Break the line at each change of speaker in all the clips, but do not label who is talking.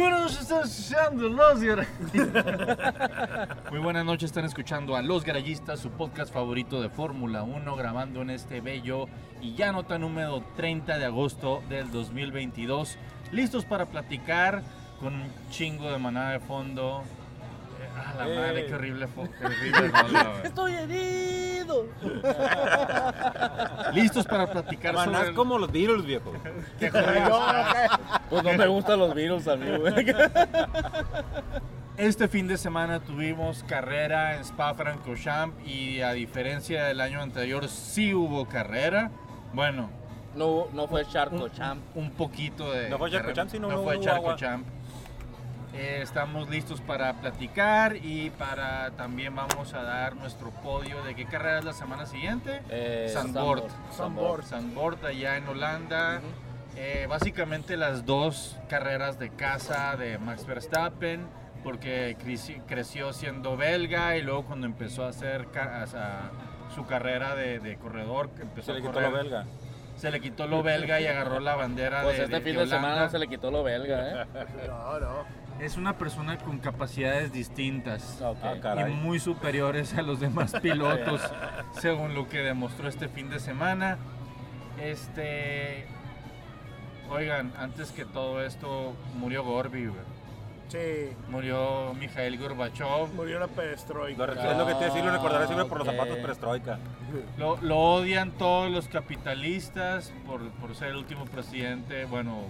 Buenas noches, están escuchando Los Garallistas.
Muy buenas noches, están escuchando a Los Garallistas, su podcast favorito de Fórmula 1, grabando en este bello y ya no tan húmedo 30 de agosto del 2022. Listos para platicar con un chingo de manada de fondo. Eh, Ah, la
Ey.
madre, qué horrible, fo- qué horrible rola, güey.
Estoy herido.
Listos para platicar
Manás
sobre...
como los Beatles, viejo.
Qué joder.
Pues no me gustan los virus a mí, güey.
Este fin de semana tuvimos carrera en Spa-Francorchamps y a diferencia del año anterior sí hubo carrera. Bueno,
No, no fue Charco
un,
Champ.
un poquito de.
No fue Charco
carrera.
Champ, sí, no,
no
no
fue
hubo
Charco
agua.
Champ. Eh, estamos listos para platicar y para también vamos a dar nuestro podio de qué carrera es la semana siguiente.
Eh,
Zandvoort.
Zandvoort.
Zandvoort allá en Holanda. Eh, básicamente las dos carreras de casa de Max Verstappen, porque creci- creció siendo belga y luego cuando empezó a hacer ca- a- a- su carrera de, de corredor, que empezó
Se le
a
quitó
correr,
la belga.
se le quitó lo belga y agarró la bandera
Pues
Ah, de,
este
de-
fin
de
de semana
Holanda.
no se le quitó lo belga, ¿eh?
No, no.
Es una persona con capacidades distintas.
Ok.
Ah,
y
caray.
muy superiores a los demás pilotos, según lo que demostró este fin de semana. Este, oigan, antes que todo esto murió Gorby, güey.
Sí,
murió Mikhail Gorbachev.
murió la
Lo
perestroika.
re- es lo que te decía, lo recordaré siempre por los
Ah,
zapatos
ok.
perestroika.
Lo, lo odian todos los capitalistas por, por ser el último presidente, bueno,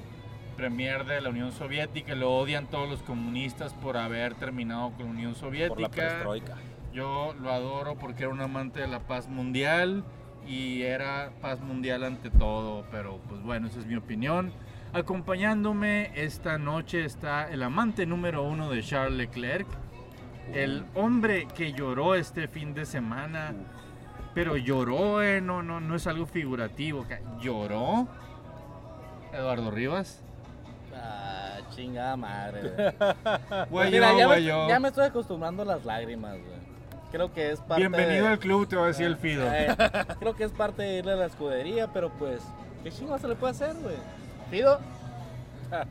premier de la Unión Soviética. Lo odian todos los comunistas por haber terminado con la Unión Soviética.
Por la perestroika.
Yo lo adoro porque era un amante de la paz mundial y era paz mundial ante todo, pero pues bueno, esa es mi opinión. Acompañándome esta noche está el amante número uno de Charles Leclerc, el hombre que lloró este fin de semana, pero lloró, eh, no, no, no es algo figurativo, ca- lloró. Eduardo Rivas.
Ah, chingada madre, güey. Pues
Güey,
mira,
yo,
ya,
güey,
me,
yo.
ya me estoy acostumbrando a las lágrimas, güey. Creo que es parte
Bienvenido
de-
al club, te va a decir el Fido.
Eh, creo que es parte de irle a la escudería, pero pues, ¿qué chingo se le puede hacer, güey? Pido,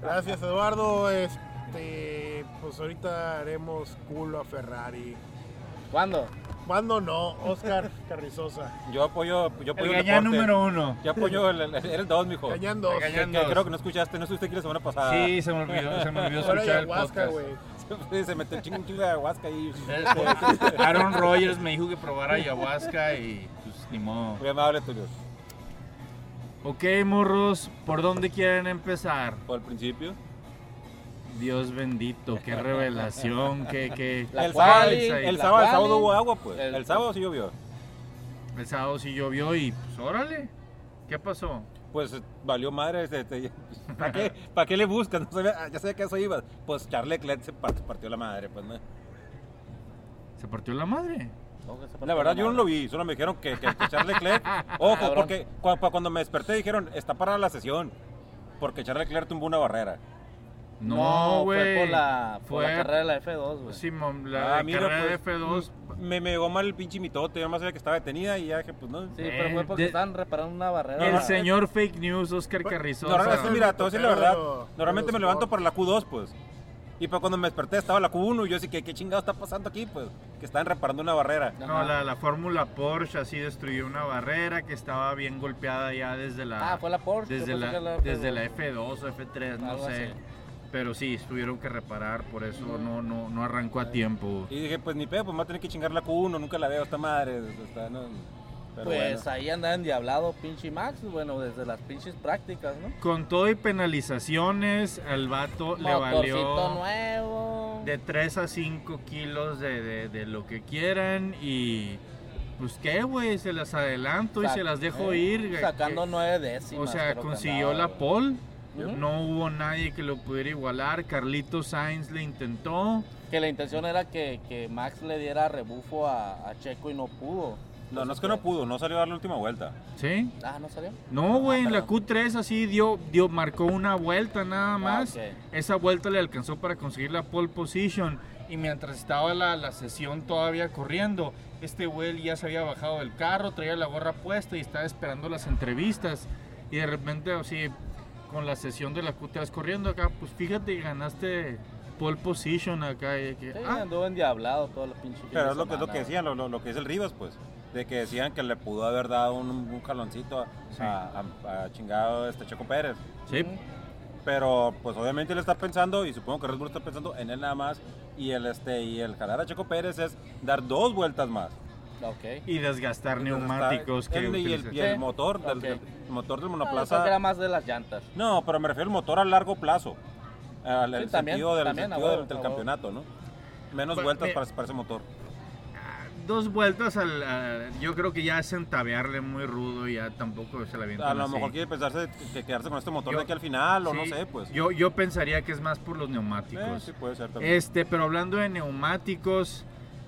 Gracias, Eduardo. Este, pues ahorita haremos culo a Ferrari.
¿cuándo?
¿Cuándo no? Oscar Carrizosa.
Yo apoyo, yo apoyo
El
el,
gañán
deporte.
número uno.
Yo apoyo el, el, el dos, mijo. Que-
Cañando.
Cañan
que
dos.
creo que no escuchaste, no estuviste aquí la semana pasada.
Sí, se me olvidó, se me olvidó
Ahora
escuchar el
ayahuasca,
podcast.
güey.
Se metió el chingo un chingo de ayahuasca ahí.
Este, Aaron Rodgers me dijo que probara ayahuasca y pues ni modo.
Muy amable, Tulio.
Ok, morros, ¿por dónde quieren empezar?
Por el principio.
Dios bendito, qué revelación, qué, qué...
La
el sábado,
quali,
el
la
sábado, el
quali.
sábado hubo agua, pues.
El-
El, sábado sí llovió.
El sábado sí llovió y pues órale, ¿qué pasó?
Pues eh, valió madre. Este, ¿para, qué, ¿Para qué le buscas? No sabía- ya sabía que a eso ibas. Pues Charles Leclerc se part- partió la madre, pues. ¿no?
¿Se partió la madre?
La verdad, yo no lo vi, solo me dijeron que, que, que Charles Leclerc. Ojo,
Cabrón.
porque cua- pa- cuando me desperté dijeron, está parada la sesión. Porque Charles Leclerc tumbó una barrera.
No,
fue
güey.
por la, por la
Fue-
carrera de la F2, güey.
Simón, la
Ah,
de
mira,
carrera
pues,
F2.
Me, me llegó mal el pinche mitote, yo más sabía que estaba detenida y ya dije, pues no.
Sí,
Eh,
pero fue porque
de-
estaban reparando una barrera.
El
güey.
señor fake news, Oscar
Pues,
Carrizosa.
Normalmente,
sea,
mira, te voy a decir la
pero-
verdad.
pero
Normalmente me
sport.
levanto para la Q2, pues. Y para cuando me desperté estaba la Q1 y yo sí que, ¿qué chingado está pasando aquí? Pues que estaban reparando una barrera.
No, la, la fórmula Porsche así destruyó una barrera que estaba bien golpeada ya desde la...
Ah, fue la Porsche.
desde
yo pensé que
la,
era
desde
F2.
la F2 o F3, no
Algo
sé.
así.
Pero sí, tuvieron que reparar, por eso no, no, no arrancó a tiempo.
Y dije, pues ni pedo, pues me va a tener que chingar la Q1, nunca la veo, esta madre. Está, no. Pero
Pues
bueno.
ahí andaba endiablado pinche Max, bueno, desde las pinches prácticas, ¿no?
Con todo y penalizaciones, al vato le
Motorcito
valió
nuevo.
de 3 a 5 kilos de, de- de lo que quieran y... Pues qué, güey, se las adelanto y
Sac-
se las dejo
eh,
ir. güey,
Sacando
que-
nueve décimas.
O sea,
creo que
consiguió
andaba,
la
güey.
pole.
Ujú.
No hubo nadie que lo pudiera igualar. Carlito Sainz le intentó.
Que la intención era que, que Max le diera rebufo a, a Checo y no pudo.
No, no es que no pudo, no salió a dar la última vuelta.
¿Sí?
Ah, no salió.
No, güey, en la
perdón.
Q3 así dio, dio, marcó una vuelta nada más.
Ah, ok.
Esa vuelta le alcanzó para conseguir la pole position. Y mientras estaba la, la sesión todavía corriendo, este güey ya se había bajado del carro, traía la gorra puesta y estaba esperando las entrevistas. Y de repente así, con la sesión de la Q3 corriendo acá, pues fíjate, ganaste pole position acá. y que,
Sí,
ah,
anduvo endiablado todo lo pinche. fin
Pero
de
es lo que, es lo
semana,
que
güey.
decían, lo, lo- lo que es el Rivas, pues. De que decían que le pudo haber dado un, un jaloncito a,
Sí.
a- a- a chingado este Checo Pérez.
sí,
Pero pues obviamente él está pensando, y supongo que Red Bull está pensando en él nada más. Y el, este, y el jalar a Checo Pérez es dar dos vueltas más.
Ok. Ah,
y desgastar
Entonces,
neumáticos
está-
que
él y el,
utilizas.
y el
Sí.
motor del,
Ok.
del- el motor del
No, yo creo que era
monoplaza.
más de las llantas.
No, pero me refiero al motor a largo plazo. Al
Sí,
el
también,
sentido del,
también, a
sentido del-
huevo,
del
a huevo.
campeonato, ¿no? Menos
Ba-
vueltas
me-
para, para ese motor.
Dos vueltas al, a- yo creo que ya es entabearle muy rudo, ya tampoco se la avientan
A lo
así.
mejor quiere pensarse de, de quedarse con este motor
Yo-
de aquí al final, o no
Sí,
sé, pues.
Yo, yo pensaría que es más por los
Eh,
neumáticos.
sí, puede ser también.
Este, pero hablando de neumáticos,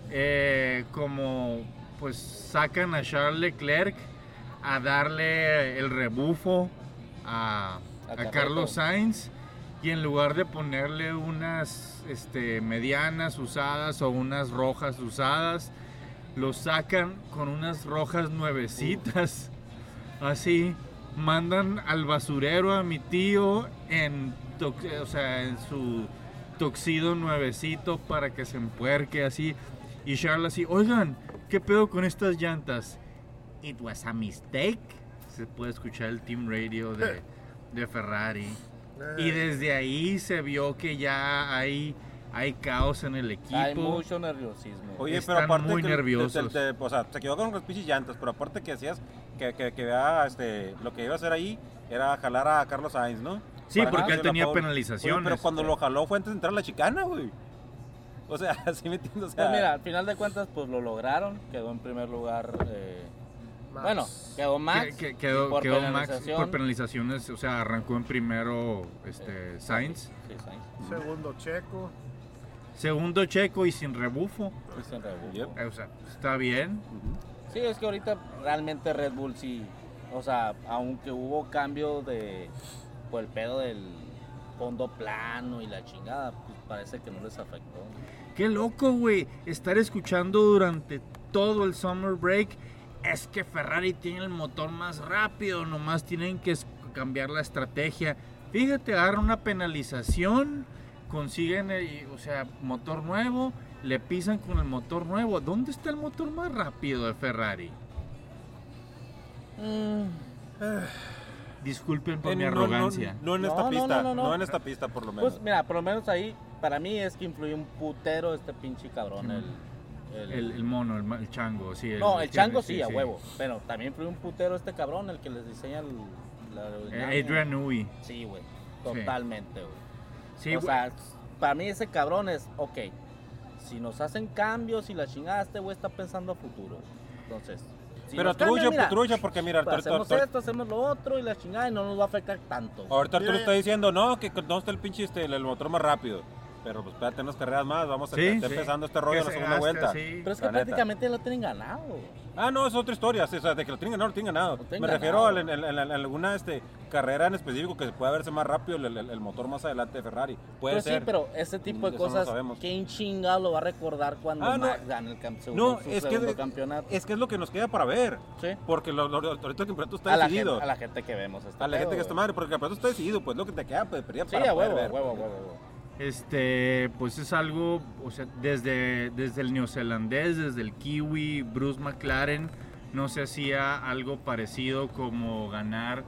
eh, como pues sacan a Charles Leclerc a darle el rebufo a,
A
a
Carreto.
Carlos Sainz y en lugar de ponerle unas este, medianas usadas o unas rojas usadas, lo sacan con unas rojas nuevecitas. Así mandan al basurero a mi tío en, tox- o sea, en su toxido nuevecito para que se empuerque así. Y Charles así, oigan, ¿qué pedo con estas llantas? It was a mistake. Se puede escuchar el team radio de, de Ferrari. Y desde ahí se vio que ya hay, hay caos en el equipo.
Hay mucho nerviosismo.
Oye,
Están
pero aparte.
muy
que el-
nerviosos.
el- el- o sea, se equivocaron con las pinches llantas, pero aparte que decías que, que, que vea, este, lo que iba a hacer ahí era jalar a Carlos Sainz, ¿no?
Sí,
Para
porque él
hacerle
tenía
la pole.
penalizaciones.
Oye, pero cuando lo jaló fue antes de entrar a la chicana, güey. O sea, así me entiendo. O sea,
Pues
Ah.
mira, al final de cuentas, pues lo lograron. Quedó en primer lugar. eh,
Max.
Bueno, quedó Max.
Que- que- quedó,
y por
quedó Max
penalización-
por penalizaciones, o sea, arrancó en primero este, Sainz,
eh, Sí, Sainz.
Segundo Checo.
segundo Checo y sin rebufo.
Sí, sin rebufo.
Yep.
Eh, O sea, está bien.
Sí, es que ahorita realmente Red Bull sí. O sea, aunque hubo cambio de. Por el pedo del fondo plano y la chingada, pues parece que no les afectó.
Qué loco, güey, estar escuchando durante todo el summer break. Es que Ferrari tiene el motor más rápido, nomás tienen que es- cambiar la estrategia. Fíjate, agarran una penalización, consiguen, el- o sea, motor nuevo, le pisan con el motor nuevo. ¿Dónde está el motor más rápido de Ferrari?
Mm,
Disculpen por
en-
mi
no- no-
arrogancia.
No, en esta
No, no,
pista,
no,
no,
no, no.
en esta pista por lo menos.
Pues mira, por lo menos ahí, para mí es que influyó un putero este pinche cabrón. El, el-
El, el mono, el, ma- el chango, sí.
no, el chango sí, a huevo. Pero también influyó un putero este cabrón, el que les diseña el, la
Eh,
aerodinámica.
Adrian Newey.
Sí, güey. Totalmente, güey.
Sí,
o
güey.
sea, para mí ese cabrón es, ok, si nos hacen cambios y la chingada, este güey está pensando a futuro. Entonces, si
pero
nos cambian,
trucha, pues
mira, pues,
trucha, porque mira, ahorita-
hacemos
ahorita-
esto, hacemos lo otro y la chingada y no nos va a afectar tanto. güey.
ahorita Arturo
Mira,
está diciendo, no, que no está el pinche este, el, el motor más rápido. Pero pues espérate unas carreras más, vamos a
Sí,
estar
sí.
empezando este rollo
Que
en la
se
segunda
gaste,
vuelta.
sí.
Pero es que
la neta.
prácticamente lo tienen ganado. güey.
Ah, no, es otra historia, sí, o sea, de que lo tienen ganado, lo tienen ganado.
Lo tienen
Me refiero
ganado.
a en- en- en- en alguna este, carrera en específico que pueda verse más rápido el, el- el motor más adelante de Ferrari. Puede
Pero
ser.
Pues sí, pero ese tipo
Mm,
de
eso no lo
cosas,
sabemos.
¿quién chingado lo va a recordar cuando
Ah, no.
Max gane el cam- su-
No,
su
es que,
segundo campeonato?
es que es lo que nos queda para ver.
Sí.
Porque lo- lo- ahorita el campeonato está
A la, gente,
decidido.
a la gente que vemos. este
A la gente
pedo,
que está
güey.
madre, porque el campeonato está decidido, pues lo que te queda pues, de
Sí,
para poder
a huevo, a
ver.
huevo, a huevo, a huevo.
Este, pues es algo, o sea, desde, desde el neozelandés, desde el kiwi, Bruce McLaren, no se hacía algo parecido como ganar,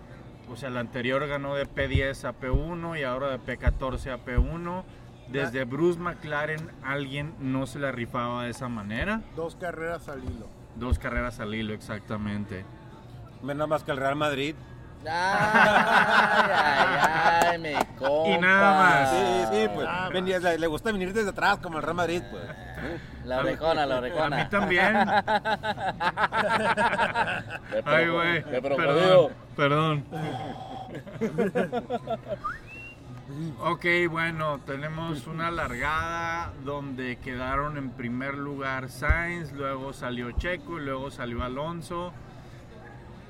o sea, el anterior ganó de P10 a P1 y ahora de P14 a P1. Desde Bruce McLaren alguien no se la rifaba de esa manera.
Dos carreras al hilo.
Dos carreras al hilo, exactamente.
Menos más que el Real Madrid.
Ay, ay, ay, mi compa.
nada más.
Sí, sí, pues.
Ah,
venía- le, le gusta venir desde atrás como el Real Madrid, pues.
La orejona, la
A mí
orejona.
también.
De pro-
Ay, güey.
de
Perdón.
crocodilo.
Perdón. ok, bueno, tenemos una largada donde quedaron en primer lugar Sainz, luego salió Checo, y luego salió Alonso.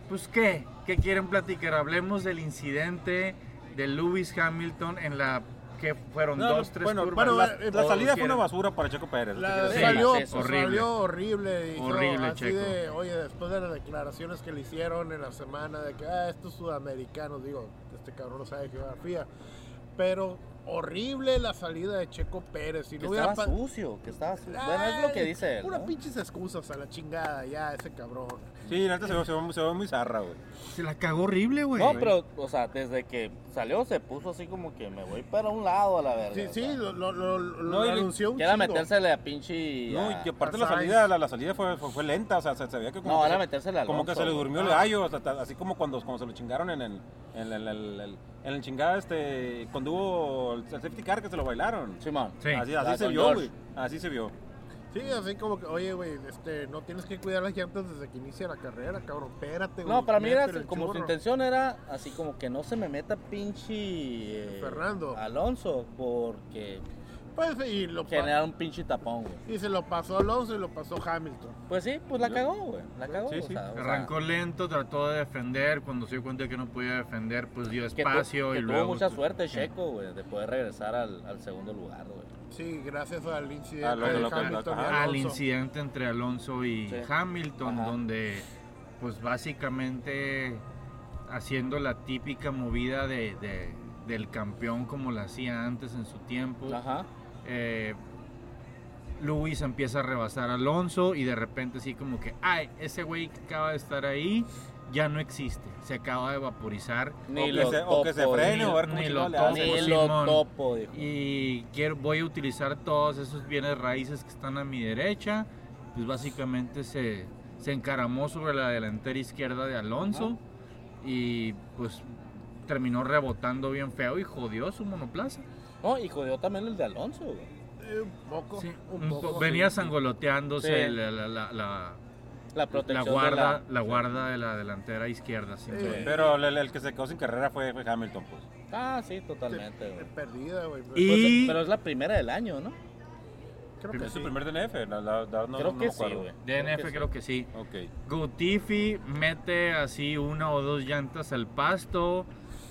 Pues qué, ¿qué quieren platicar? Hablemos del incidente de Lewis Hamilton en la que fueron
No,
dos,
no,
tres
bueno,
curvas.
bueno, la,
eh,
la
Todos
salida fue una
quieren.
basura para Checo Pérez. ¿qué
La,
quieres decir?
salió, pues,
sí, horrible.
salió horrible. dijo,
Horrible,
así
Checo.
de, oye, después de las declaraciones que le hicieron en la semana de que, ah, estos sudamericanos, digo, este cabrón no sabe geografía. Pero horrible la salida de Checo Pérez. Si
Que
no hubiera
estaba
pa-
sucio, que estaba sucio. Bueno, es lo que
Ay,
dice él.
Puras
¿no?
pinches excusas a la chingada, ya, ese cabrón.
Sí, la neta se ve, se ve- se ve muy zarra, güey.
Se la cagó horrible, güey.
No, pero, o sea, desde que salió se puso así como que me voy para un lado a la verga.
Sí,
o
sí,
sea,
lo, lo, lo, lo
No, y le-
anunció un
Que era
chingo.
metérsele a pinche.
No, y
a-
que aparte
a
la
Sainz.
salida, la, la salida fue, fue, fue lenta, o sea, se, se veía que como,
No,
que,
era
se-
metérsele al Ah.
como que se le
Alonso,
durmió el gallo, o sea, ta- así como cuando, cuando se lo chingaron en el, en el, en el- en el chingada, este, cuando hubo el el safety car que se lo bailaron.
Simón.
Sí.
Así,
Ah,
así se
con
vio,
George.
güey. Así se vio.
Sí, así como que, oye, güey, este, no tienes que cuidar las llantas desde que inicia la carrera, cabrón, espérate, este, güey.
No, para mí era
métele el
como su
churro.
intención era así como que no se me meta pinche. eh,
Fernando.
Alonso, porque
Pues, y, lo pa-
genera un pinche tapón, güey.
y se lo pasó Alonso y lo pasó Hamilton.
Pues sí, pues la
Yo-
cagó, güey. La cagó.
Sí,
o
sí.
sea, o sea,
Arrancó lento, trató de defender. Cuando se dio cuenta que no podía defender, pues dio
que tu-
espacio.
que
y
tuvo
luego,
mucha suerte, Checo, güey, de poder regresar al, al segundo lugar, güey.
Sí, gracias al incidente
Ah, lo-
de
lo- lo-
Hamilton. y
ajá.
Alonso.
Al incidente entre Alonso y
Sí.
Hamilton,
Ajá.
donde, pues básicamente haciendo la típica movida de, de- del campeón como la hacía antes en su tiempo.
Ajá.
eh, Luis empieza a rebasar a Alonso y de repente así como que, ay, ese güey que acaba de estar ahí ya no existe, se acaba de vaporizar
O
Ni
que
lo
se- o que se
topo,
frene,
ni-
o a ver cómo
ni
chingado
lo
le hace.
topo.
Ni
Simón.
lo topo, dijo.
y quiero, voy a utilizar todos esos bienes raíces que están a mi derecha. Pues básicamente se, se encaramó sobre la delantera izquierda de Alonso y pues terminó rebotando bien feo y jodió su monoplaza.
No, y jodió también el de Alonso, güey.
Eh, un poco,
Sí,
un
un
poco,
po- venía
sí.
sangoloteándose
Sí.
la, la- la- la-
La
la
protección. de
guarda, la guarda de la delantera izquierda. sin
Sí.
duda.
Pero el, el que se quedó sin carrera fue, fue Hamilton, pues.
Ah, sí,
Sí,
totalmente, güey.
Perdida, güey.
Y-
Pues, pero es la primera del año, ¿no?
Creo
Primer-
que
su
sí.
primer DNF, la, la, la- no,
creo,
no
que
me
sí,
acuerdo.
güey.
DNF creo que sí.
Ok.
Gutifi mete así una o dos llantas al pasto,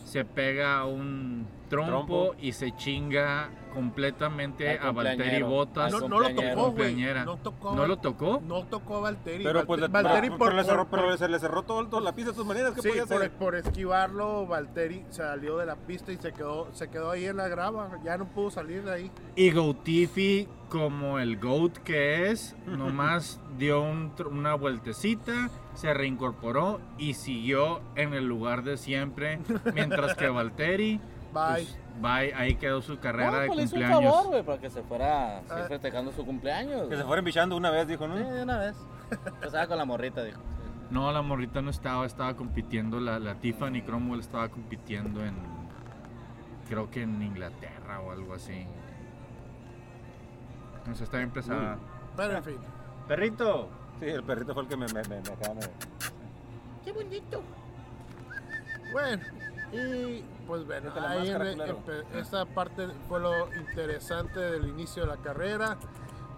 se pega a un trompo,
Trompo.
y se chinga completamente
Al
a Valtteri
cumpleañero.
Bottas.
No, no lo tocó, güey.
Compañera.
No tocó.
¿No lo tocó?
No tocó a Valtteri.
Pero pues le-
Valte- Valtteri
pero-
por,
pero le cerró,
por-
pero le- se le cerró todo, todo la pista de todas maneras. ¿Qué
sí,
podía
por,
hacer?
por esquivarlo, Valtteri salió de la pista y se quedó, se quedó ahí en la grava. Ya no pudo salir de ahí.
Y Gautifi, como el GOAT que es, nomás dio un tr- una vueltecita, se reincorporó y siguió en el lugar de siempre. Mientras que Valtteri,
Bye.
pues, bye, ahí quedó su
No,
carrera de
pues le hizo un
cumpleaños.
favor, güey, para que se fuera sí,
Ah.
festejando su cumpleaños.
Que
güey.
se fueron bichando una vez, dijo, ¿no?
Sí, de una vez. Empezaba con la morrita, dijo.
No, la morrita no estaba, estaba compitiendo, la, la Tiffany Cromwell estaba compitiendo en, creo que en Inglaterra o algo así. No sé, está bien pesada.
Mm.
Pero en fin.
Perrito.
Sí, el perrito fue el que me, me, me, me acaban
Pues,
de-
¡Qué bonito!
Bueno, y pues bueno,
Quítate la
ahí
máscara,
en-
culero.
empe- esa parte fue lo interesante del inicio de la carrera.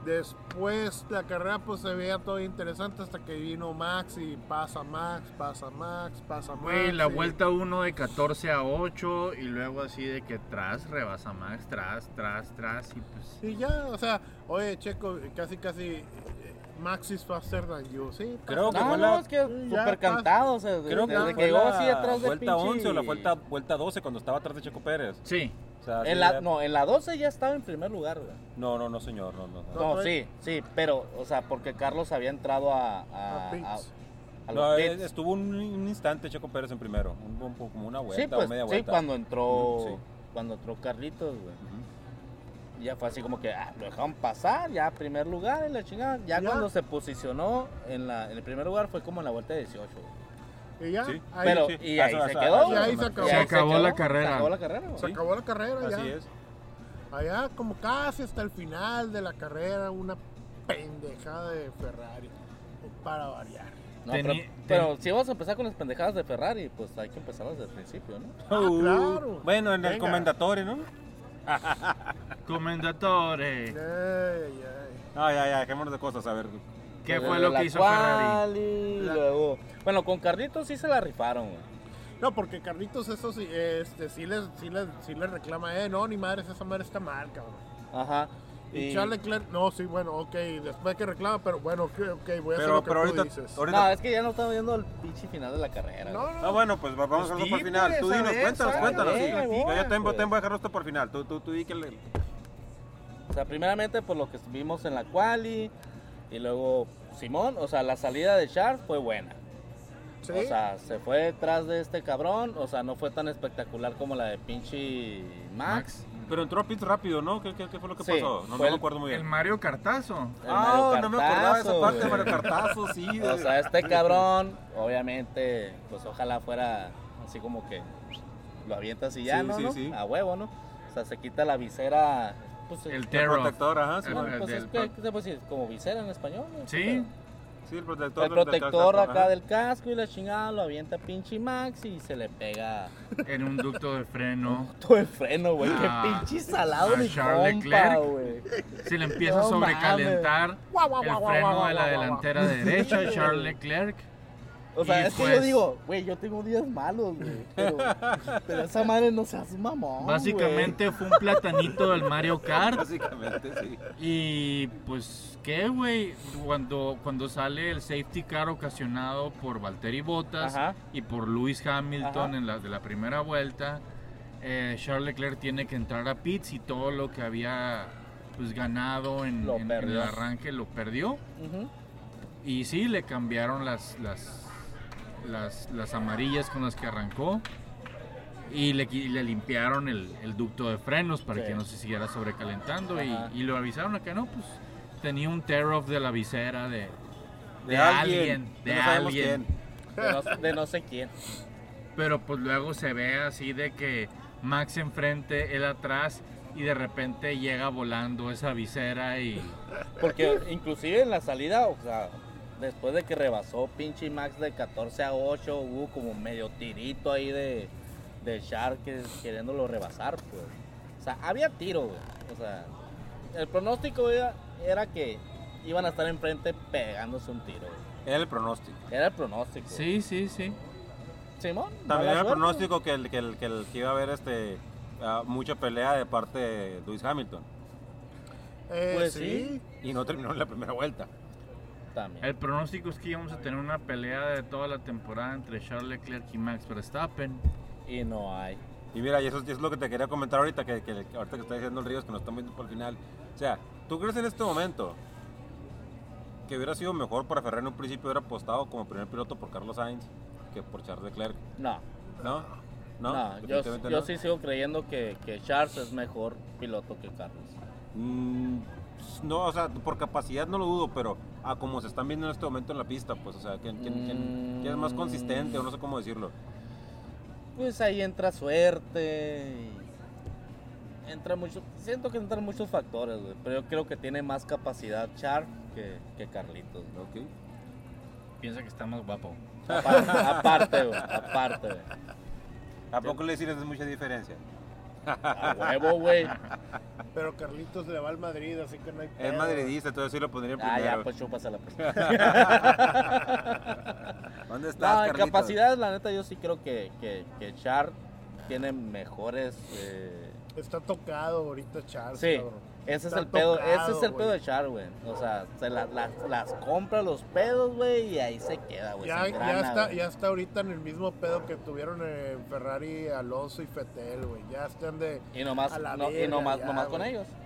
Después la carrera pues se veía todo interesante hasta que vino Max y pasa Max, pasa Max, pasa
Ah,
Max.
Güey, la
y-
vuelta 1 de 14 a 8 y luego así de que tras rebasa Max, tras, tras, tras y pues...
Y ya, o sea, oye Checo, casi casi eh, Max is faster than you, sí.
Creo que
No,
fue
no,
la-
es que
ya
súper
pasa.
cantado. O sea,
Creo que
desde
fue
que llegó
la
así atrás de
vuelta 11 o la vuelta, vuelta 12 cuando estaba atrás de Checo Pérez.
Sí,
O sea, sí,
En la,
ya-
no, en la 12 ya estaba en primer lugar, güey.
no, no, no, señor, no, no. pues. no.
No,
no,
sí, sí, pero, o sea, porque Carlos había entrado a, a,
A pits.
a- a
No,
los
eh,
pits.
estuvo un, un instante Checo Pérez en primero, un, un poco- como una vuelta
Sí, pues,
o media
sí,
vuelta.
cuando entró,
Ujú,
cuando entró Carlitos, güey.
Ujú.
Ya fue así como que ah, lo dejaron pasar, ya primer lugar en la chingada. Ya,
Ya.
cuando se posicionó en, la, en el primer lugar fue como en la vuelta 18. güey.
Y ya,
Ah, Sí,
ahí
Pero,
sí.
y
Ah,
ahí
eso-
se
eso-
quedó.
eso-
güey.
Y ahí se acabó.
ahí
Se
acabó la
quedó,
carrera.
Se acabó la carrera, güey.
se acabó la carrera ya.
Así es.
Allá como casi hasta el final de la carrera, una pendejada de Ferrari. Para variar.
No,
Teni-
pero,
ten-
pero si vamos a empezar con las pendejadas de Ferrari, pues hay que empezarlas desde el principio, ¿no?
Ah, claro.
Uh, Bueno, en el
Venga.
comendatorio, ¿no?
comendatore.
Ay, ay.
Ay, ay, ay, Ah, dejémonos de cosas, a ver.
¿Qué
Desde
fue lo
la
que hizo
cual
Ferrari?
y
La-
luego- bueno, con Carlitos sí se la rifaron, güey.
No, porque Carlitos, eso sí, este, sí, les, sí, les, sí les reclama, eh, no, ni madres, esa madre está mal, cabrón.
Ajá.
Y
Y-
Charles Leclerc, no, sí, bueno, ok, después que reclama, pero bueno, ok, ok, voy a hacer
Pero-
lo
pero
que tú
ahorita-
dices.
ahorita-
No, es que ya no estamos viendo el pinche final de la carrera. güey.
No, no,
Ah, bueno, pues va- vamos a
Pues
dejarlo para el
sí,
final.
pues,
Tú
a
dinos,
ver,
cuéntanos,
saca,
cuéntanos.
eh,
sí.
ahí
Yo
voy,
ya tengo,
pues.
tengo dejarlo hasta para el final. Tú, tú, tú di que le...
O sea, primeramente por lo que vimos en la quali y luego Simón, o sea, la salida de Charles fue buena.
sí.
O sea, se fue detrás de este cabrón, o sea, no fue tan espectacular como la de pinche Max.
Pero entró a pit rápido, ¿no? ¿Qué, qué, qué fue lo que
Sí,
pasó? No, no
fue
me
el-
acuerdo muy
El
bien.
Mario Cartazo.
El
Ah,
Mario
no me acordaba de esa
Cartazo,
parte de
güey.
Mario Cartazo, sí.
O
de-
sea, este cabrón, obviamente, pues ojalá fuera así como que lo avientas y ya,
Sí,
¿no?
sí,
¿no?
sí.
A huevo, ¿no? O sea, se quita la visera. Pues,
El
eh,
El
Terror.
protector, ajá. Sí,
no,
el-
pues,
del
es que- ¿qué se puede decir? Como visera en español. ¿no?
Sí.
sí, el protector.
El
del- del
protector
casco,
acá
ajá.
del casco y la chingada lo avienta pinche Max y se le pega
En un ducto de freno.
todo el freno, güey.
Ah,
Qué pinche salado
a
mi
Charles
compa,
Leclerc.
güey.
Se le empieza a
No
sobrecalentar el freno de la delantera derecha, Charles Leclerc.
O sea,
Y
es que yo
pues-
digo, güey, yo tengo días malos, güey. Pero, pero esa madre no se hace mamón, güey.
Básicamente fue un platanito del Mario Kart.
Básicamente, sí.
Y pues, ¿qué, güey? Cuando, cuando sale el safety car ocasionado por Valtteri Bottas
Ajá.
y por Lewis Hamilton
Ajá.
en la, de la primera vuelta, eh, Charles Leclerc tiene que entrar a pits y todo lo que había pues ganado en,
Lo
en- en el
perdió.
arranque lo perdió.
Ujú.
Y sí, le cambiaron las, las, las, las amarillas con las que arrancó. Y le, qui- le limpiaron el, el ducto de frenos para
Sí.
que no se siguiera sobrecalentando. Y,
Ajá.
y lo avisaron a que no, pues tenía un tear-off de la visera de, de alguien,
que
de
no sabemos
alguien.
quién.
De, no, de no sé quién.
Pero pues luego se ve así de que Max enfrente, él atrás. Y de repente llega volando esa visera y...
Porque inclusive en la salida, o sea, después de que rebasó pinche Max de 14 a 8, hubo como medio tirito ahí de, de Shark que- queriéndolo rebasar, pues. O sea, había tiro, güey. O sea, el pronóstico era, era que iban a estar enfrente pegándose un tiro, güey.
Era el pronóstico.
Era el pronóstico.
Sí, sí, sí.
Simón. mala
También era el
suerte.
pronóstico que, el, que, el, que, el- que iba a haber este, ah, mucha pelea de parte de Lewis Hamilton.
Eh,
Pues
sí.
Y no terminó en la primera vuelta.
También.
El pronóstico es que íbamos a tener una pelea de toda la temporada entre Charles Leclerc y Max Verstappen.
Y no hay.
Y mira, y eso, eso es lo que te quería comentar ahorita, que, que- que ahorita que está diciendo el Ríos, que nos estamos viendo por el final. O sea, ¿tú crees en este momento que hubiera sido mejor para Ferrer en un principio haber apostado como primer piloto por Carlos Sainz que por Charles Leclerc?
No.
¿No? No,
No, yo,
definitivamente
yo
no.
sí sigo creyendo que, que Charles es mejor piloto que Carlos.
Mm, no, o sea, por capacidad no lo dudo, pero a como se están viendo en este momento en la pista, pues, o sea, ¿quién, quién- quién-
Mm.
quién es más consistente o no sé cómo decirlo?
Pues ahí entra suerte. y Entra mucho, siento que entran muchos factores, güey, pero yo creo que tiene más capacidad Charles que, que Carlitos. güey.
Ok.
Piensa que está más guapo.
Aparte, aparte, güey, aparte, güey.
¿A poco le decirles es mucha diferencia?
A huevo, güey.
Pero Carlitos le va al Madrid, así que no hay
Es
pedo.
madridista, entonces sí lo pondría en
Ah,
primero.
ya, pues chúpasela. pues.
¿Dónde estás,
No, en
Carlitos?
capacidad, la neta, yo sí creo que, que, que Charles tiene mejores... eh,
Está tocado ahorita Charles.
Sí,
cabrón.
ese es
Está
el pedo, ese es el
tocado,
pedo
güey.
de Char, güey. O sea, se la- las- las compra los pedos, güey, y ahí se queda, güey.
Ya,
se
ya,
engrana,
está,
güey.
ya está ahorita en el mismo pedo que tuvieron eh, Ferrari, Alonso y Fetel, güey. Ya están de.
Y nomás,
a la
no, y
verga,
nomás,
ya,
nomás con
güey.
ellos.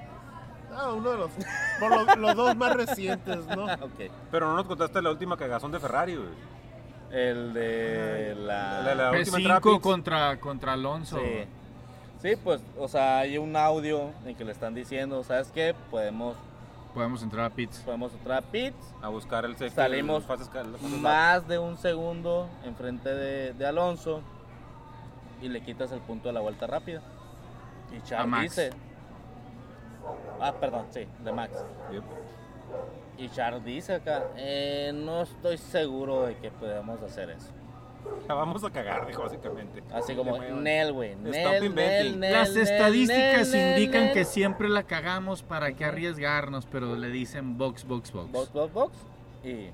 Ah, uno de los. Por los, los dos más recientes, ¿no?
Ok.
Pero no nos contaste la última cagazón de Ferrari, güey.
El de la...
La- la- última entrada a
P5
pits.
contra, contra Alonso.
Sí. Sí, pues, o sea, hay un audio en que le están diciendo, ¿sabes qué? Podemos,
Podemos entrar a pits.
podemos otra pits.
A buscar el sexto.
Salimos
los fases- los fases-
Más de un segundo enfrente de, de Alonso y le quitas el punto de la vuelta rápida. Y
A
Charles
Max.
dice... Ah, perdón, sí, de Max.
Yep.
Y Charles dice acá, "Eh, no estoy seguro de que podamos hacer eso.
La vamos a cagar, dijo, básicamente.
Así como,
Te muevan.
Nel, güey, Nel,
Stop
Nel,
inventing.
Nel,
Las
Nel,
estadísticas
Nel, Nel,
indican
Nel".
que siempre la cagamos para que arriesgarnos, pero le dicen box, box, box.
Box, box, box. Y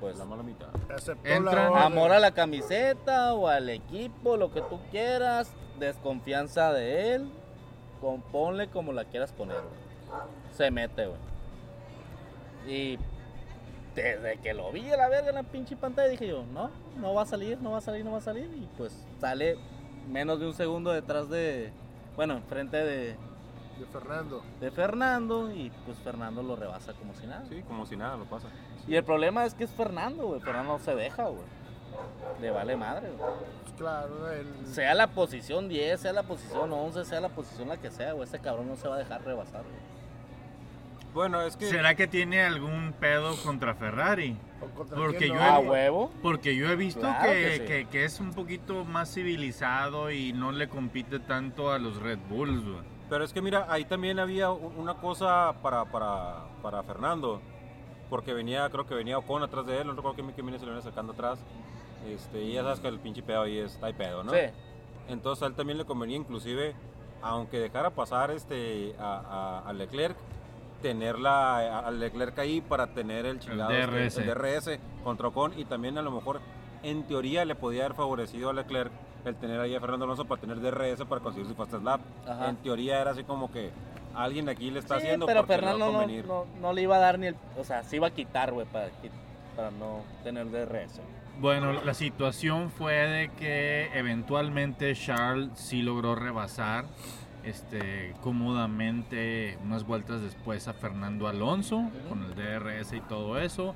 pues.
La mala mitad.
Aceptó
Entran-
la orden.
Amor a la camiseta o al equipo, lo que tú quieras, desconfianza de él, componle como la quieras poner. güey. Se mete, güey. Y desde que lo vi a la verga en la pinche pantalla dije yo, no, no va a salir, no va a salir, no va a salir. Y pues sale menos de un segundo detrás de, bueno, enfrente de,
De Fernando.
de Fernando y pues Fernando lo rebasa como si nada.
Sí, como si nada, lo pasa.
Y el problema es que es Fernando, güey. Fernando no se deja, güey. Le vale madre, güey.
Pues claro, el,
Sea la posición 10, sea la posición 11, sea la posición la que sea, güey. Este cabrón no se va a dejar rebasar, güey.
Bueno, es que.
¿Será que tiene algún pedo contra Ferrari?
o contra
Porque
quién
yo-
no.
Ah,
A
güey.
huevo.
Porque yo he visto
Claro
que,
que sí.
que- que es un poquito más civilizado y no le compite tanto a los Red Bulls, güey.
Pero es que mira, ahí también había u- una cosa para, para, para Fernando, porque venía, creo que venía Ocon atrás de él, no recuerdo que Mickey Mini se lo venía sacando atrás. Este, y ya sabes que el pinche pedo ahí está y pedo, ¿no?
Sí.
Entonces a él también le convenía inclusive, aunque dejara pasar este, a, a- a Leclerc, tenerla a- a Leclerc ahí para tener el chingado
DRS.
este, el DRS contra Ocon y también a lo mejor en teoría le podía haber favorecido a Leclerc el tener ahí a Fernando Alonso para tener DRS para conseguir su fast lap.
Ajá.
En teoría era así como que alguien aquí le está
Sí,
haciendo
pero
porque le va a
Fernando no,
convenir.
no- no le iba a dar ni el. O sea, se iba a quitar, güey, para, qui- para no tener DRS.
Bueno, la situación fue de que eventualmente Charles sí logró rebasar este, cómodamente unas vueltas después a Fernando Alonso con el DRS y todo eso.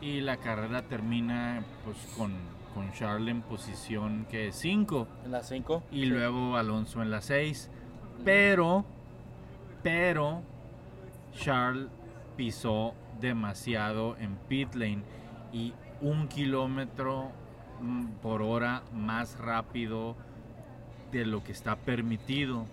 Y la carrera termina pues, con, con Charles en posición que 5
En las 5.
y luego Alonso en la 6. Pero, pero, Charles pisó demasiado en pit lane y un kilómetro mm, por hora más rápido de lo que está permitido.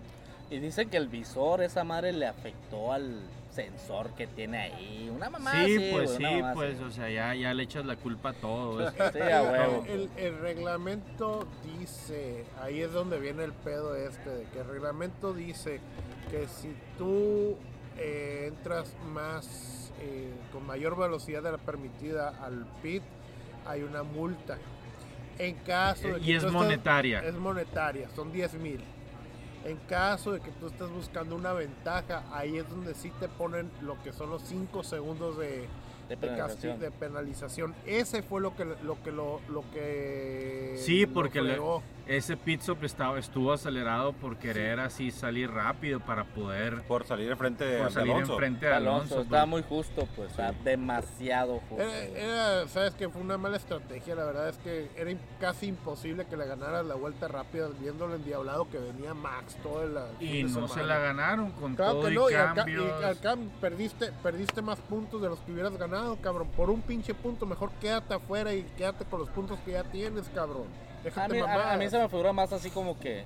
Y dicen que el visor, esa madre, le afectó al sensor que tiene ahí. Una mamá.
sí,
así,
pues
güey, una
sí,
mamá así.
pues, o sea, ya, ya le echas la culpa a todo. es-
Sí, a huevo.
Pues, El, el- el reglamento dice, ahí es donde viene el pedo este, de que el reglamento dice que si tú eh, entras más, eh, con mayor velocidad de la permitida al pit, hay una multa. En caso de que
y es
tú estás-
monetaria.
Es monetaria, son 10 mil. En caso de que tú estés buscando una ventaja, ahí es donde sí te ponen lo que son los 5 segundos de,
De
de castigo
penalización.
de penalización. Ese fue lo que lo que lo, lo que
Sí,
lo
porque le-
fregó.
Ese pit stop estaba, estuvo acelerado por querer así salir rápido para poder
Por salir enfrente de,
por
de
salir
Eh, Alonso.
enfrente de Alonso.
Alonso, estaba
porque-
muy justo, pues. Está demasiado justo.
Era-
güey.
era- sabes que fue una mala estrategia, la verdad es que era im- casi imposible que le ganaras la vuelta rápida viendo el endiablado que venía Max todo el el
Y
fin de
no se la
semana.
ganaron con
Claro
todo
que
y
no, y al, ca- y
cambios.
al cam- perdiste, perdiste más puntos de los que hubieras ganado, cabrón. Por un pinche punto, mejor quédate afuera y quédate con los puntos que ya tienes, cabrón.
A
Déjate
mí, a- a mí
mamadas.
se me figura más así como que,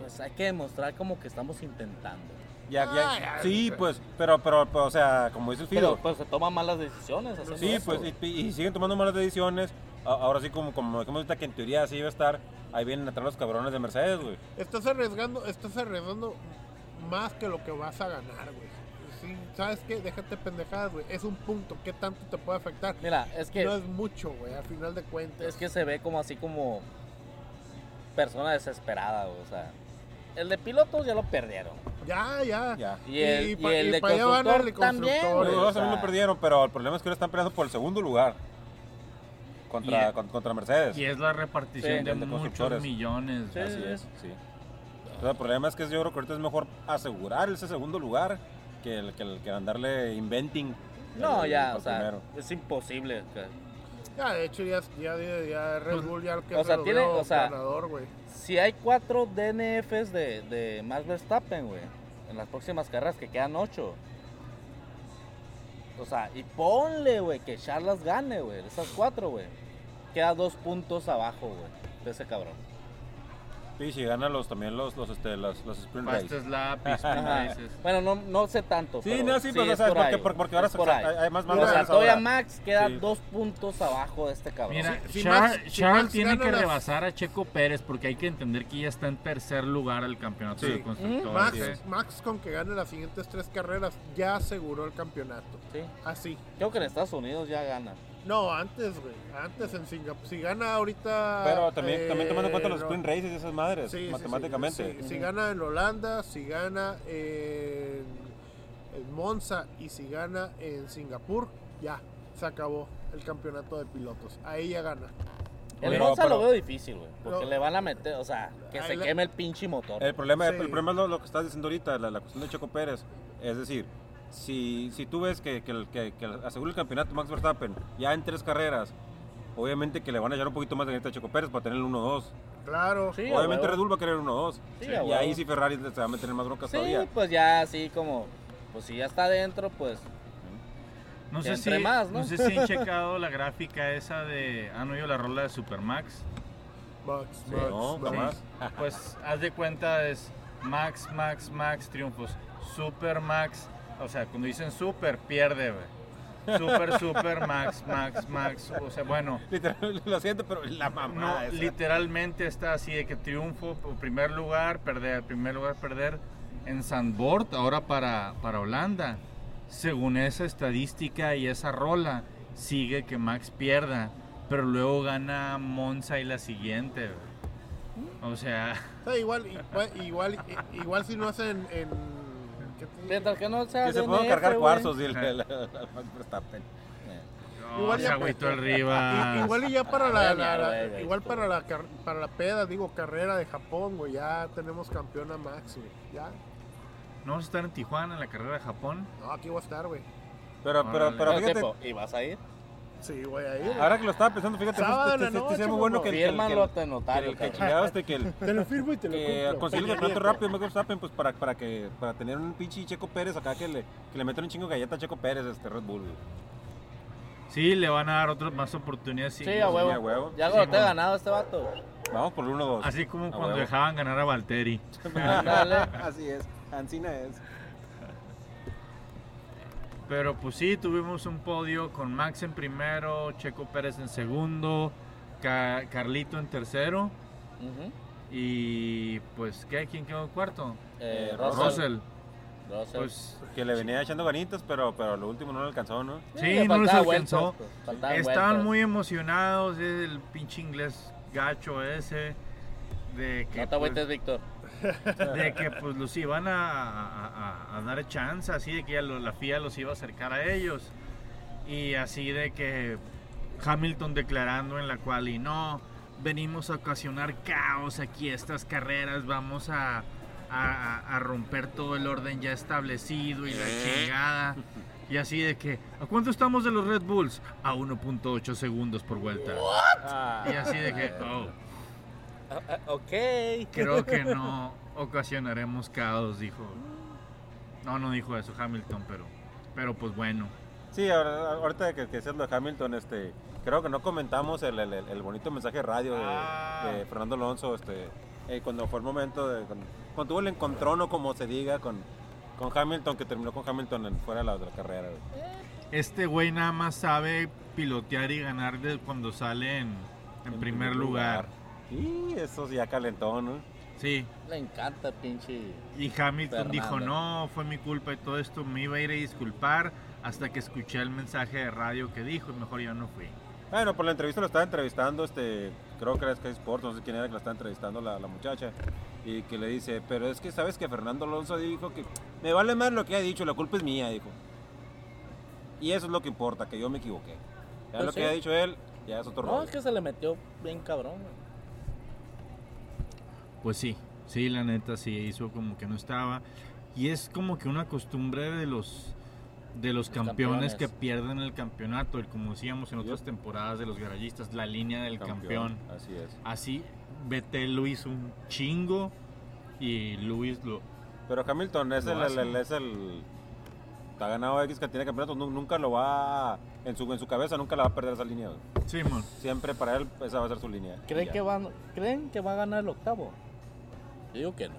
pues hay que demostrar como que estamos intentando.
Ya- ya-
Ay, ay,
sí,
ay.
pues, pero, pero, pero, o sea, como dice el Fido,
Pero pues se toman malas decisiones. haciendo
Sí,
eso,
pues,
güey.
y, y siguen tomando malas decisiones. A- Ahora sí, como, como dijimos ahorita que en teoría sí iba a estar, ahí vienen atrás los cabrones de Mercedes, güey.
Estás arriesgando, estás arriesgando más que lo que vas a ganar, güey. Sí, ¿Sabes qué? Déjate pendejadas, güey. Es un punto. ¿Qué tanto te puede afectar?
Mira, es que,
No es mucho, güey, al final de cuentas.
es que se ve como así como persona desesperada, güey, o sea. El de pilotos ya lo perdieron.
Ya, ya.
Ya.
Y el,
Y
y
pa-
el
y
de
pa' allá van
constructor
el de
también.
constructor,
güey,
Los
güey,
o
dos también
sea,
lo perdieron, pero el problema es que ahora están peleando por el segundo lugar contra,
Yeah.
con- contra Mercedes.
Y es la repartición
Sí,
de
el de
muchos
constructores.
millones.
Sí.
Así es, sí. Entonces, el problema es que yo creo que ahorita es mejor asegurar ese segundo lugar que, el, que, el- que andarle inventing.
No,
el-
ya,
el
o sea,
primero.
es imposible. que-
Ya, de hecho, ya, ya, ya Red
Pues,
Bull ya que
o sea,
se lo
tiene-
vio
o sea,
ganador, güey.
Si hay cuatro DNFs de, de Max Verstappen, güey, en las próximas carreras que quedan ocho. O sea, y ponle, güey, que Charlas gane, güey, esas cuatro, güey. Queda dos puntos abajo, güey, de ese cabrón.
Sí, si ganan los, también los, los, este, los, los sprint
Pues,
race.
Pastas lápiz,
Ajá. Bueno, no, no sé tanto.
Sí,
pero
no, sí, pues, o
es
sea,
por
porque,
ahí,
porque, porque
es
ahora
por ahí.
hay, hay más
Mira,
O
manos
sea,
ahora.
todavía Max queda
Sí.
dos puntos abajo de este cabrón.
Mira,
Si- si
Charles,
Max- si
Charles
Max
tiene
gana
que
las-
rebasar a Checo Pérez porque hay que entender que ya está en tercer lugar al campeonato
Sí.
de constructores.
Max,
¿eh?
Max, con que gane las siguientes tres carreras, ya aseguró el campeonato.
Sí.
Así.
Creo que en Estados Unidos ya gana.
No, antes, güey. Antes en Singapur. Si gana ahorita.
Pero también,
eh,
también tomando en cuenta los
no.
sprint races y esas madres,
Sí, sí, sí.
matemáticamente.
Sí, Si gana en Holanda, si gana en, en Monza y si gana en Singapur, ya se acabó el campeonato de pilotos. Ahí ya gana.
El
Oye,
Monza
no, pero-
lo veo difícil, güey. Porque
No.
le van a meter, o sea, que se
Ahí la-
queme el pinche motor.
El problema,
Sí.
el problema es lo, lo que estás diciendo ahorita, la, la cuestión de Checo Pérez. Es decir, si, si tú ves que, que, el- que, que asegura el campeonato Max Verstappen ya en tres carreras, obviamente que le van a echar un poquito más de galleta a Checo Pérez para tener el 1-2.
Claro.
Sí, a
obviamente
huevo.
Red Bull va a querer el 1-2.
Sí, a
y
huevo.
ahí sí Ferrari se va a meter en más broncas
Sí,
todavía.
pues ya así como, pues si ya está adentro, pues
No
Que
sé, si,
entre más, ¿no?
¿no? sé si han checado la gráfica esa de. ¿Han oído la rola de Supermax?
Max,
Sí,
Max,
no,
Max.
jamás.
Pues haz de cuenta es Max, Max, Max triunfos. Super Max. O sea, cuando dicen Super, pierde, güey. Super, Super, Max, Max, Max. O sea, bueno.
Literal, lo siento, pero la
No,
mamá. esa.
literalmente está así de que triunfo, por primer lugar, perder, primer lugar, perder en Zandvoort, ahora para, para Holanda. Según esa estadística y esa rola, sigue que Max pierda, pero luego gana Monza y la siguiente. güey. O sea,
O sea, igual, igual, igual, igual si no hacen en. ¿qué te dije?
mientras que no sea
que se
DNF,
puedan cargar
güey.
cuarzos y el, el- el Max Verstappen.
no,
Igual
se
ya-
agüitó el Rivas.
I- Igual y ya para la, la- la-
Mierda, güey,
igual
güey.
para la car- para la peda, digo, carrera de Japón, güey, ya tenemos campeona Max, güey. Ya.
No vamos a estar en Tijuana en la carrera de Japón.
No, aquí voy a estar, güey.
Pero, pero,
Órale.
pero
Pero
fíjate,
tiempo, ¿Y vas a ir?
Sí, güey, ahí. güey.
ahora que lo estaba pensando, fíjate, este,
Sábado en la
este- este
noche,
sería muy bueno
mamá.
que el- que el- que el-
Fírmalo ante
que
notario,
el que
cabrón.
chingados de que el,
Te lo firmo y te lo
que
cumplo.
conseguir el
Peña
campeonato
Nieto.
rápido Max Verstappen pues para, para que para tener un pinche Checo Pérez acá que le que le metan un chingo de galleta a Checo Pérez este Red Bull. güey.
Sí, le van a dar otras más oportunidades.
Sí, a
a huevo.
huevo. Ya
Sí,
cuando te ha
huevo.
ganado este vato. güey.
Vamos por el 1-2.
Así como
A
cuando
huevo.
dejaban ganar a Valtteri.
Ándale.
Así es. Ancina es.
Pero pues sí, tuvimos un podio con Max en primero, Checo Pérez en segundo, Ca- Carlito en tercero
Ujú.
y pues ¿qué? ¿Quién quedó en cuarto?
Eh,
Eh,
Russell.
Russell.
Russell.
Pues
Que le venía echando ganitas, pero pero lo último no lo alcanzó, ¿no?
sí,
le
no les
faltaba
alcanzó.
vueltas, pues, faltaban
estaban
vueltas.
muy emocionados el pinche inglés gacho ese de que
No te
pues,
agüites, Víctor.
de que pues los iban a, a- a- a dar chance, así de que ya lo- la FIA los iba a acercar a ellos. Y así de que Hamilton declarando en la cual y no, venimos a ocasionar caos aquí estas carreras, vamos a, a- a- a romper todo el orden ya establecido y la chingada. Y así de que, ¿a cuánto estamos de los Red Bulls? A 1.8 segundos por vuelta.
Ah,
Y así de que, oh,
Ah, Ok.
Creo que no ocasionaremos caos, dijo. No, no dijo eso Hamilton, pero, pero pues bueno.
Sí, ahora- ahorita que, que decías lo de Hamilton, este, creo que no comentamos el, el- el bonito mensaje de radio de,
Ah.
de Fernando Alonso, este, eh, cuando fue el momento, de, cuando, cuando tuvo el encontrono, como se diga, con, con Hamilton, que terminó con Hamilton en- fuera de la, de la carrera. güey.
Este güey nada más sabe pilotear y ganar de cuando sale en, en primer lugar.
Y eso sí ya calentó, ¿no?
Sí.
Le encanta, pinche.
Y Hamilton
Fernando.
dijo, no, fue mi culpa y todo esto, me iba a ir a disculpar hasta que escuché el mensaje de radio que dijo y mejor yo no fui.
Bueno, por la entrevista lo estaba entrevistando, este, creo que era Sky Sports, no sé quién era que la estaba entrevistando la, la muchacha, y que le dice, pero es que sabes que Fernando Alonso dijo que me vale más lo que ha dicho, la culpa es mía, dijo. Y eso es lo que importa, que yo me equivoqué. Ya
Pues
lo
sí.
que ha dicho él, ya es otro
No,
rollo.
es que se le metió bien cabrón. güey.
Pues sí, sí, la neta sí hizo como que no estaba. Y es como que una costumbre de los de los,
Los
campeones,
campeones.
que pierden el campeonato, el- como decíamos en otras temporadas de los garallistas, la línea del campeón.
Así es.
Así Betel lo hizo un chingo y Luis lo
Pero Hamilton es
Lo
el,
hace.
el- el- es el... Ha ganado X cantidad de campeonatos, nu- nunca lo va... a- En su, en su cabeza nunca la va a perder esa línea. güey.
Simón.
Siempre para él esa va a ser su línea.
¿Creen
Ya.
que, van, ¿Creen que va a ganar el octavo? Yo digo que no.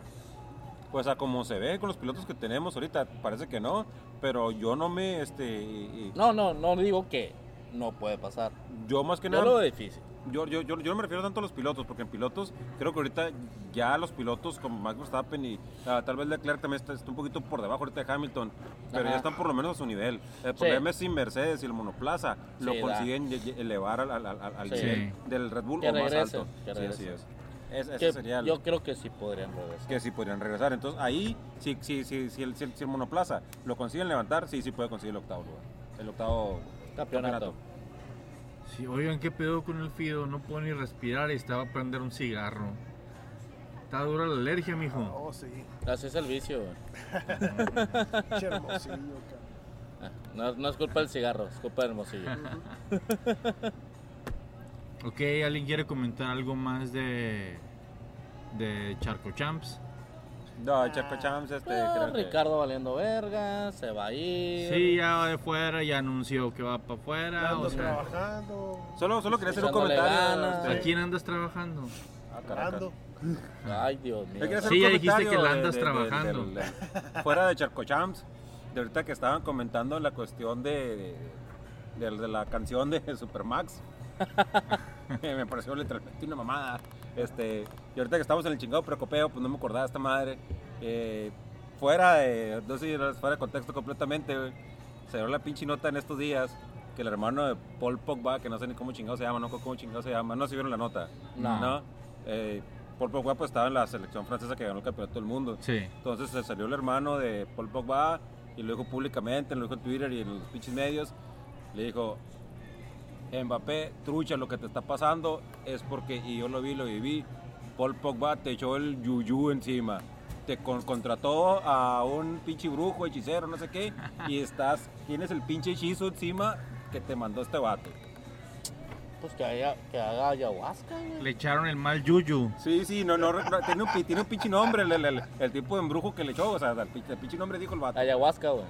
Pues a como se ve con los pilotos que tenemos ahorita, parece que no, pero yo no me, este, y- y-
No, no, no digo que no puede pasar.
yo más que
Yo lo
nada,
veo difícil.
yo, yo, yo, yo no me refiero tanto a los pilotos, porque en pilotos creo que ahorita ya los pilotos como Max Verstappen y ah, tal vez Leclerc también está, está un poquito por debajo ahorita de Hamilton, pero
Ajá.
ya están por lo menos a su nivel. El problema es si Mercedes y el monoplaza
Sí,
lo
da.
consiguen ye- ye- elevar al, al- al- al
Sí.
nivel del Red Bull
Que
o más
regresen,
alto.
que
Sí, así
regresen.
es. Es- ese
Que
sería el-
Yo creo que sí podrían regresar.
que sí podrían regresar. Entonces ahí, si, si, si, si, el, si, el, si el monoplaza lo consiguen levantar, sí, sí puede conseguir el octavo lugar. El octavo
Campeonato.
Sí, oigan, ¿qué pedo con el Fido? No puedo ni respirar y estaba a prender un cigarro. Está dura la alergia, mijo.
Oh, sí.
Así es el vicio, güey.
Che hermosillo, cabrón.
Ah, No, no es culpa del cigarro, es culpa del hermosillo.
Ok, ¿alguien quiere comentar algo más de, de Charco Champs?
No, el Chaco Champs, este.
Ah,
creo que-
Ricardo valiendo verga, se va a ir.
Sí, ya va de fuera, ya anunció que va para afuera.
Ando
O sea,
trabajando.
Ah, Solo, solo quería hacer un
Echándole
comentario.
ganas.
¿a
este,
quién andas trabajando?
a Caracas.
Ando.
Ay, Dios mío.
Yo quería hacer
Sí,
un
ya dijiste
comentario
que la
de-
andas
de- de- del-
trabajando.
del- fuera de Charco Champs, de ahorita que estaban comentando la cuestión de, de, de la canción de Supermax. me pareció literalmente una mamada. Este, y ahorita que estamos en el chingado precopeo, pues no me acordaba esta madre. Eh, fuera de, no sé, fuera de contexto completamente, güey, se dio la pinche nota en estos días que el hermano de Paul Pogba, que no sé ni cómo chingado se llama, no sé cómo chingado se llama, no se vieron la nota.
No.
¿no? Eh, Paul Pogba pues estaba en la selección francesa que ganó el campeonato del mundo.
Sí.
Entonces se salió el hermano de Paul Pogba y lo dijo públicamente, lo dijo en Twitter y en los pinches medios. Le dijo, Mbappé, trucha, lo que te está pasando es porque, y yo lo vi, lo viví, Paul Pogba te echó el yuyú encima. Te con- contrató a un pinche brujo, hechicero, no sé qué, y estás, tienes el pinche hechizo encima que te mandó este vato.
Pues que, haya, que haga ayahuasca, güey.
Le echaron el mal yuyu.
Sí, sí, no, no, no, tiene, un, pi- tiene un pinche nombre el, el- el- el tipo de embrujo que le echó, o sea, el pinche, el pinche nombre dijo el vato.
Ayahuasca, güey.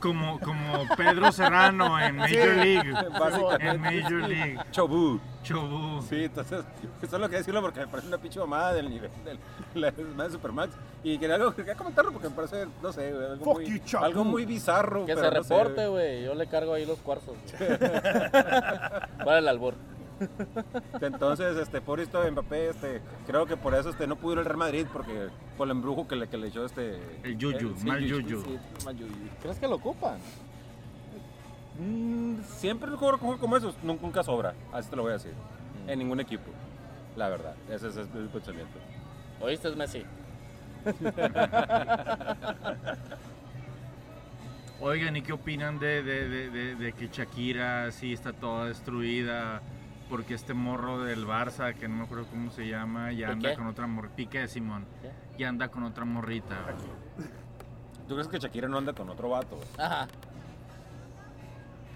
Como, como Pedro Serrano en Major League.
Básicamente.
En Major League.
Chobú.
Chobu.
Sí, entonces, eso lo que decirlo porque me parece una pinche mamada del nivel del, la- de Supermax. Y quería, algo, quería comentarlo porque me parece, no sé, güey, algo,
Fuck
muy,
you, Chobú.
algo muy bizarro.
Que
pero
se
no sé,
reporte,
güey.
güey. Yo le cargo ahí los cuarzos. güey. Para el albur.
Entonces, este, por esto de Mbappé, este, creo que por eso este, no pudo ir al Real Madrid porque por el embrujo que le, que le echó este.
El yuyu,
sí,
mal
yuyu,
yuyu.
sí, mal yuyu.
¿Crees que lo ocupan?
Mm, siempre un jugador como- como esos nunca, nunca sobra, así te lo voy a decir.
Mm.
En ningún equipo, la verdad. Ese es ese es el pensamiento.
¿Oíste, Messi?
Oigan, ¿y qué opinan de, de- de- de- de que Shakira sí está toda destruida? Porque este morro del Barça, que no me acuerdo cómo se llama, ya anda
¿Piqué?
con otra morrita. Piqué, Simón.
¿Qué?
Ya anda con otra morrita. güey.
¿Tú crees que Shakira no anda con otro vato?
Pues
güey?
Ajá.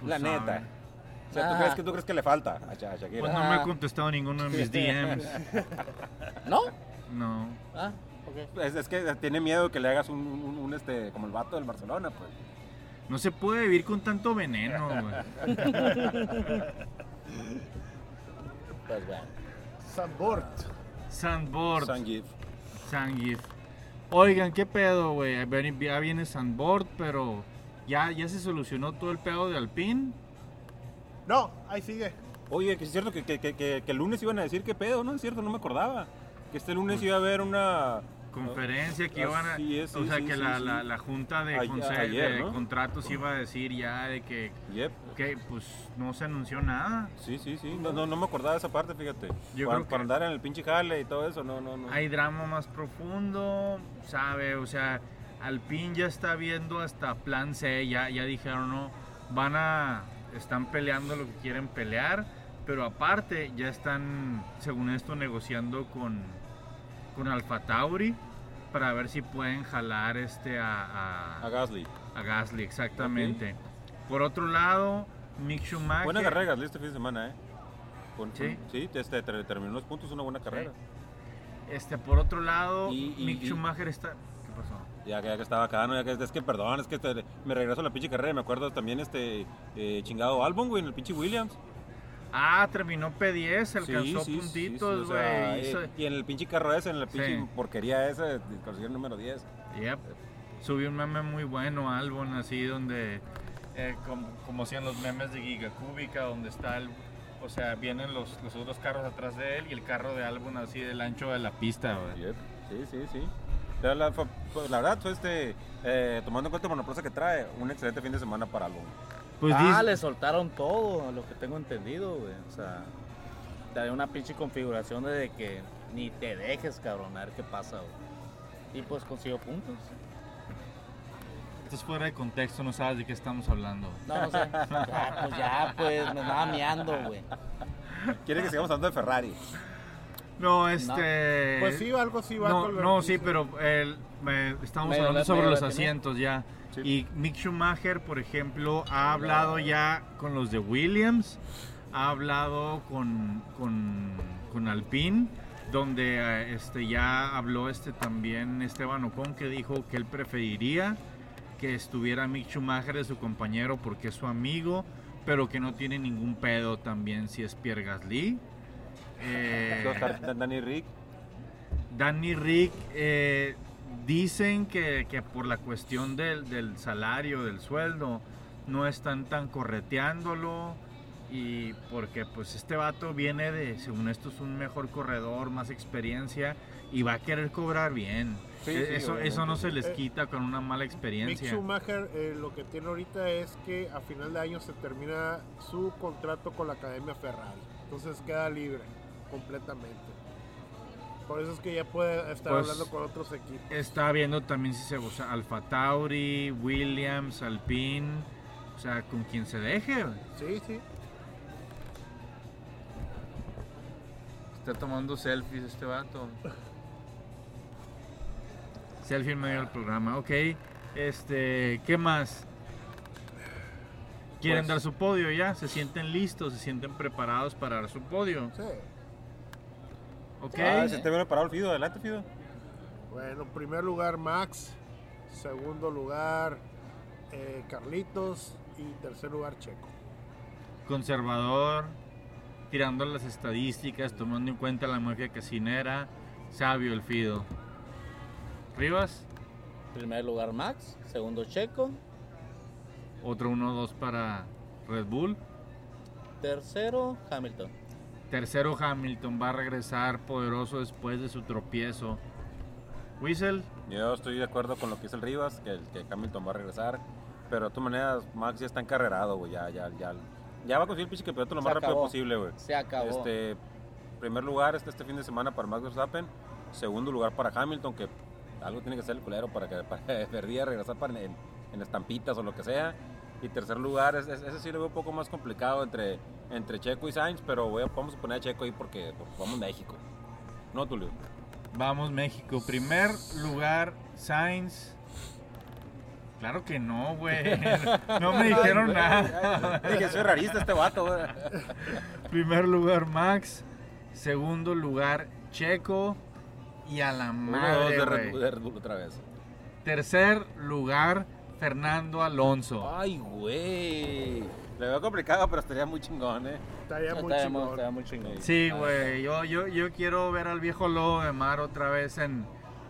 Tú
La
sabes.
neta. O sea, ¿tú
Ah.
crees, que, ¿tú crees que le falta a, Sha- a Shakira?
Pues no me ha
Ah.
contestado ninguno de mis DMs.
¿No?
No.
Ah, ok.
Es, es que tiene miedo que le hagas un, un- un, este, como el vato del Barcelona, pues.
No se puede vivir con tanto veneno, güey.
Pues bueno.
Sambort.
Sandboard.
Sanjif.
Sangif. Oigan, qué pedo, güey. Ya viene- Ya viene Sandboard, pero ya, ya se solucionó todo el pedo de Alpine.
No, ahí sigue.
Oye, que es cierto que, que- que- que- que el lunes iban a decir qué pedo, ¿no? Es cierto, no me acordaba. Que este lunes iba a haber una...
Conferencia que
Ah,
iban a.
sí, es,
o
sí,
sea,
sí,
que
sí,
la,
sí.
la- la junta de,
Ay-
conse-
ayer,
de
¿no?
contratos iba a decir ya de que,
Yep.
que, pues no se anunció nada.
Sí, sí, sí. No, no, no me acordaba de esa parte, fíjate.
Yo
para,
creo que-
para andar en el pinche jale y todo eso, no, no, no.
Hay drama más profundo, ¿sabe? O sea, Alpine ya está viendo hasta plan C, ya, ya dijeron, no, van a, están peleando lo que quieren pelear, pero aparte ya están, según esto, negociando con, con Alfa Tauri para ver si pueden jalar este a- a,
A Gasly.
a Gasly, exactamente. Por otro lado, Mick Schumacher.
Buena carrera, Gasly, este fin de semana, ¿eh? Con-
Ah, Sí.
con- sí, este, ter- terminó los puntos, una buena carrera.
Este, por otro lado,
Y- y-
Mick
y-
Schumacher está. ¿Qué pasó?
Ya que, ya que estaba acá, ¿no? Ya que, es que perdón, es que este, me regreso a la pinche carrera. y Me acuerdo también este eh, chingado álbum, güey, en el pinche Williams.
Ah, terminó P10,
Sí,
alcanzó
sí, sí, sí,
puntitos,
o sea,
güey.
eh,
hizo-
y en el pinche carro ese, en la pinche
Sí.
porquería esa, de- de conseguir el número 10.
Yep. Subió un meme muy bueno, Albon, así donde. eh, como, como hacían los memes de Giga Cúbica, donde está el, o sea, vienen los, los otros carros atrás de él y el carro de álbum así del ancho de la pista, güey.
Sí, sí, sí. La, la- pues, la verdad, fue este, eh, tomando en cuenta el monoplaza que trae, un excelente fin de semana para algo.
Pues
ah,
dice-
le soltaron todo, a lo que tengo entendido, güey. O sea, trae una pinche configuración de que ni te dejes, cabrón, a ver qué pasa, güey. Y pues consiguió puntos.
Esto es fuera de contexto, no sabes de qué estamos hablando.
No, no sé. Ya, pues ya, pues me andaba meando, güey.
Quiere que sigamos hablando de Ferrari.
No, este...
Pues sí, algo sí va
No,
con lo-
no, sí, pero el- me- estamos
Medio
hablando
la-
sobre
medio
los
la tenía.
asientos ya.
Sí.
Y Mick Schumacher, por ejemplo, ha hablado ya con los de Williams, ha hablado con, con, con Alpine, donde eh, este, ya habló este también Esteban Ocon, que dijo que él preferiría que estuviera Mick Schumacher de su compañero porque es su amigo, pero que no tiene ningún pedo también si es Pierre Gasly. Eh,
Los tar- Danny Rick.
Danny Rick eh, dicen que, que por la cuestión del, del salario, del sueldo, no están tan correteándolo. Y porque pues este vato viene de, según esto, es un mejor corredor, más experiencia y va a querer cobrar bien.
Sí,
Eh,
sí,
eso,
obviamente,
eso no
sí.
se les
Eh,
quita con una mala
Mick
experiencia.
Schumacher eh, lo que tiene ahorita es que a final de año se termina su contrato con la Academia Ferrari. Entonces queda libre completamente. Por eso es que ya puede estar
Pues-
hablando con otros equipos.
Está viendo también si se usa Alfa Tauri, Williams, Alpine, o sea, con quien se deje. güey.
Sí, sí.
Está tomando selfies este vato. Selfie en medio del programa, ok. Este, ¿qué más? ¿Quieren
Pues-
dar su podio ya? ¿Se sienten listos? ¿Se sienten preparados para dar su podio?
Sí.
Ok.
Ah, se te viene parado el Fido. Adelante, Fido.
Bueno, primer lugar Max, segundo lugar eh, Carlitos y tercer lugar Checo.
Conservador, tirando las estadísticas, tomando en cuenta la magia casinera. Sabio el Fido. Rivas,
Primer lugar Max, segundo Checo,
otro 1-2 para Red Bull.
tercero Hamilton.
Tercero Hamilton va a regresar poderoso después de su tropiezo. Whistle,
Yo estoy de acuerdo con lo que dice el Rivas, que, el, que Hamilton va a regresar. Pero de todas maneras, Max ya está encarrerado, güey. Ya, ya, ya. Ya va a conseguir el pinche campeonato lo
Se
más rápido
acabó.
posible, güey.
Se acabó.
Este, primer lugar este, este fin de semana para Max Verstappen. Segundo lugar para Hamilton, que algo tiene que ser el culero para que para que perdía regresar para en, en estampitas o lo que sea. Y tercer lugar, es- es- ese sí lo veo un poco más complicado entre, entre Checo y Sainz, pero voy a- vamos a poner a Checo ahí porque, porque vamos a México. No, Tulio.
vamos México. Primer lugar, Sainz. Claro que no, güey. No me dijeron nada.
Dije, soy rarista este vato, güey.
Primer lugar, Max. Segundo lugar, Checo. Y a la
Uno, dos
madre,
de Red,
güey.
de Red Bull otra vez.
Tercer lugar, Fernando Alonso.
Ay, güey. Le veo complicado, pero estaría muy chingón, eh.
Estaría muy
Está
chingón.
está muy chingón.
Sí, güey. Yo, yo, yo quiero ver al viejo lobo de mar otra vez en,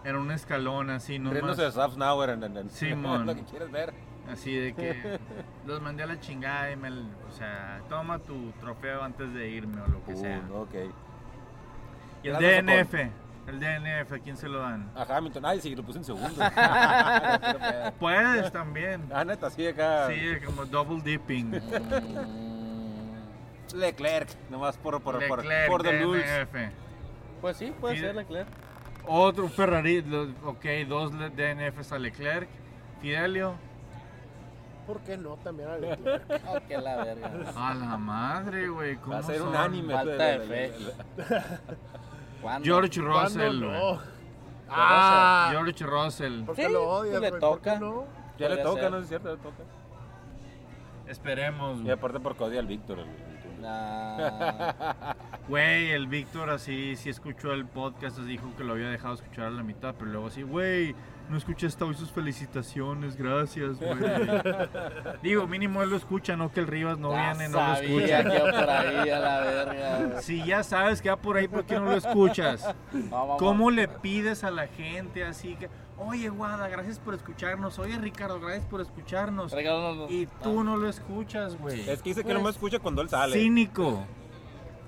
en un escalón así, no más.
Riéndose de Safnauer en, en, en
Simón.
lo que quieres ver.
Así de que los mandé a la chingada y me. O sea, toma tu trofeo antes de irme o lo que sea.
Uh, ok.
Y el
Gracias,
DNF. El DNF, ¿a quién se lo dan?
A Hamilton. Ay, sí, lo puse en segundo. ah,
Puedes Pues, también.
neta, sí, acá.
Sí, como double dipping.
Mm,
Leclerc. Nomás por, por, por-
Leclerc, eh,
por the rules.
DNF.
pues sí, puede
Sí.
ser Leclerc.
Otro Ferrari. lo- Ok, dos le- DNFs a Leclerc. Fidelio.
¿Por qué no también a Leclerc?
Ah, que la verga.
A la madre, güey.
Va a
¿cómo
ser un
son?
anime. pues,
Falta de fe. ¿Cuándo?
George
¿Cuándo
Russell. güey.
no? Ah,
George Russell.
¿por qué
Sí,
lo odias?
pues le
güey? ¿Por qué
toca.
no?
Ya le
Podría
toca,
ser.
¿no es cierto? Le toca.
Esperemos,
Y
güey.
aparte porque odia al Víctor. el- el-
Nah.
Güey, el Víctor así, sí escuchó el podcast, así dijo que lo había dejado escuchar a la mitad, pero luego así, güey, no escuché hasta hoy sus felicitaciones, gracias, güey. Digo, mínimo él lo escucha, no que el Rivas no
Ya
viene, no lo
sabía
escucha.
que iba por ahí a la verga. güey.
Si ya sabes que va por ahí, ¿por qué no lo escuchas?
No, vamos.
¿Cómo le pides a la gente así que, oye, Guada, gracias por escucharnos, oye, Ricardo, gracias por escucharnos?
Regálanos-
Y tú no lo escuchas, güey. Pues,
Es que dice que no me escucha cuando él sale.
Cínico.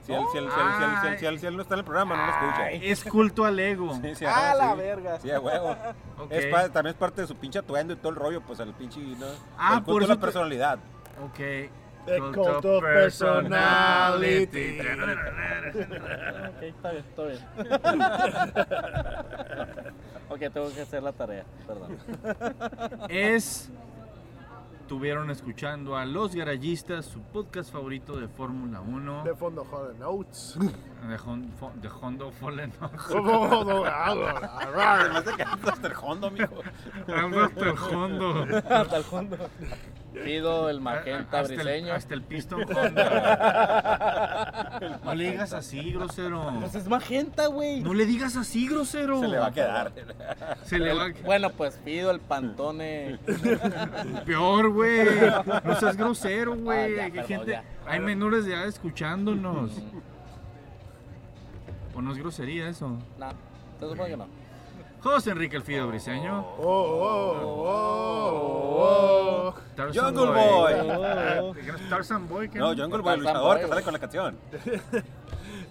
Si él, si él- si él- si él- si él- si él- si él no está en el programa, no lo escucha.
Es culto al ego.
Sí, sí,
¡A
ajá,
la
sí.
verga!
Sí, a huevo.
Ok.
Es pa- también es parte de su pinche atuendo y todo el rollo, pues el pinche. ¿no?
Ah,
el culto
por
a
eso
la
te-
personalidad.
Ok.
The cult of personality.
Ok, está bien, está bien. ok, tengo que hacer la tarea, perdón.
es. Estuvieron escuchando a Los Garallistas, su podcast favorito de Fórmula
Ah.
1.
De fondo, joder, notes.
De, Hon- fo- de Hondo Fallen.
Además de que es hasta el hondo, mijo.
Ando hasta el Hondo.
Hasta el fondo. Pido el
A-
magenta
hasta el-
briseño.
Hasta el Piston Honda. No le digas así, grosero.
Pues es magenta, güey.
No le digas así, grosero.
Se le va a quedar.
Se le va a quedar.
Bueno, pues pido el pantone.
Peor, güey. No seas grosero, güey.
Ah, ya,
Hay
perdón,
gente-
ya.
Hay menores de edad escuchándonos.
mm,
¿O no es grosería eso?
No, se supone que no.
José Enrique Alfio Briseño.
Oh, oh, oh, oh.
Tarzan
Jungle Boy.
Tarzan Boy. ¿qué
No,
no?
Jungle Boy, el
Tarzan
luchador
Boy,
que
güey.
sale con la canción.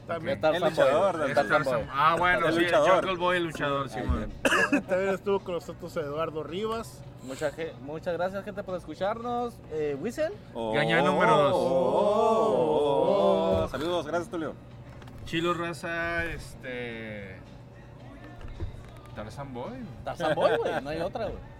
También,
Tarzan
El
Boy,
luchador,
güey.
el
Es
Tarzan
Tarzan-
Boy.
Ah, bueno,
El
sí, el
luchador.
Jungle Boy, el luchador, sí, güey.
también estuvo con nosotros Eduardo Rivas.
Mucha ge- muchas gracias, gente, por escucharnos. Eh, Whistle.
Oh,
Gaña número dos.
oh, oh. Saludos, gracias, Tulio.
Chilo Raza, este. Tarzan Boy.
Tarzan Boy, güey. No hay otra, güey.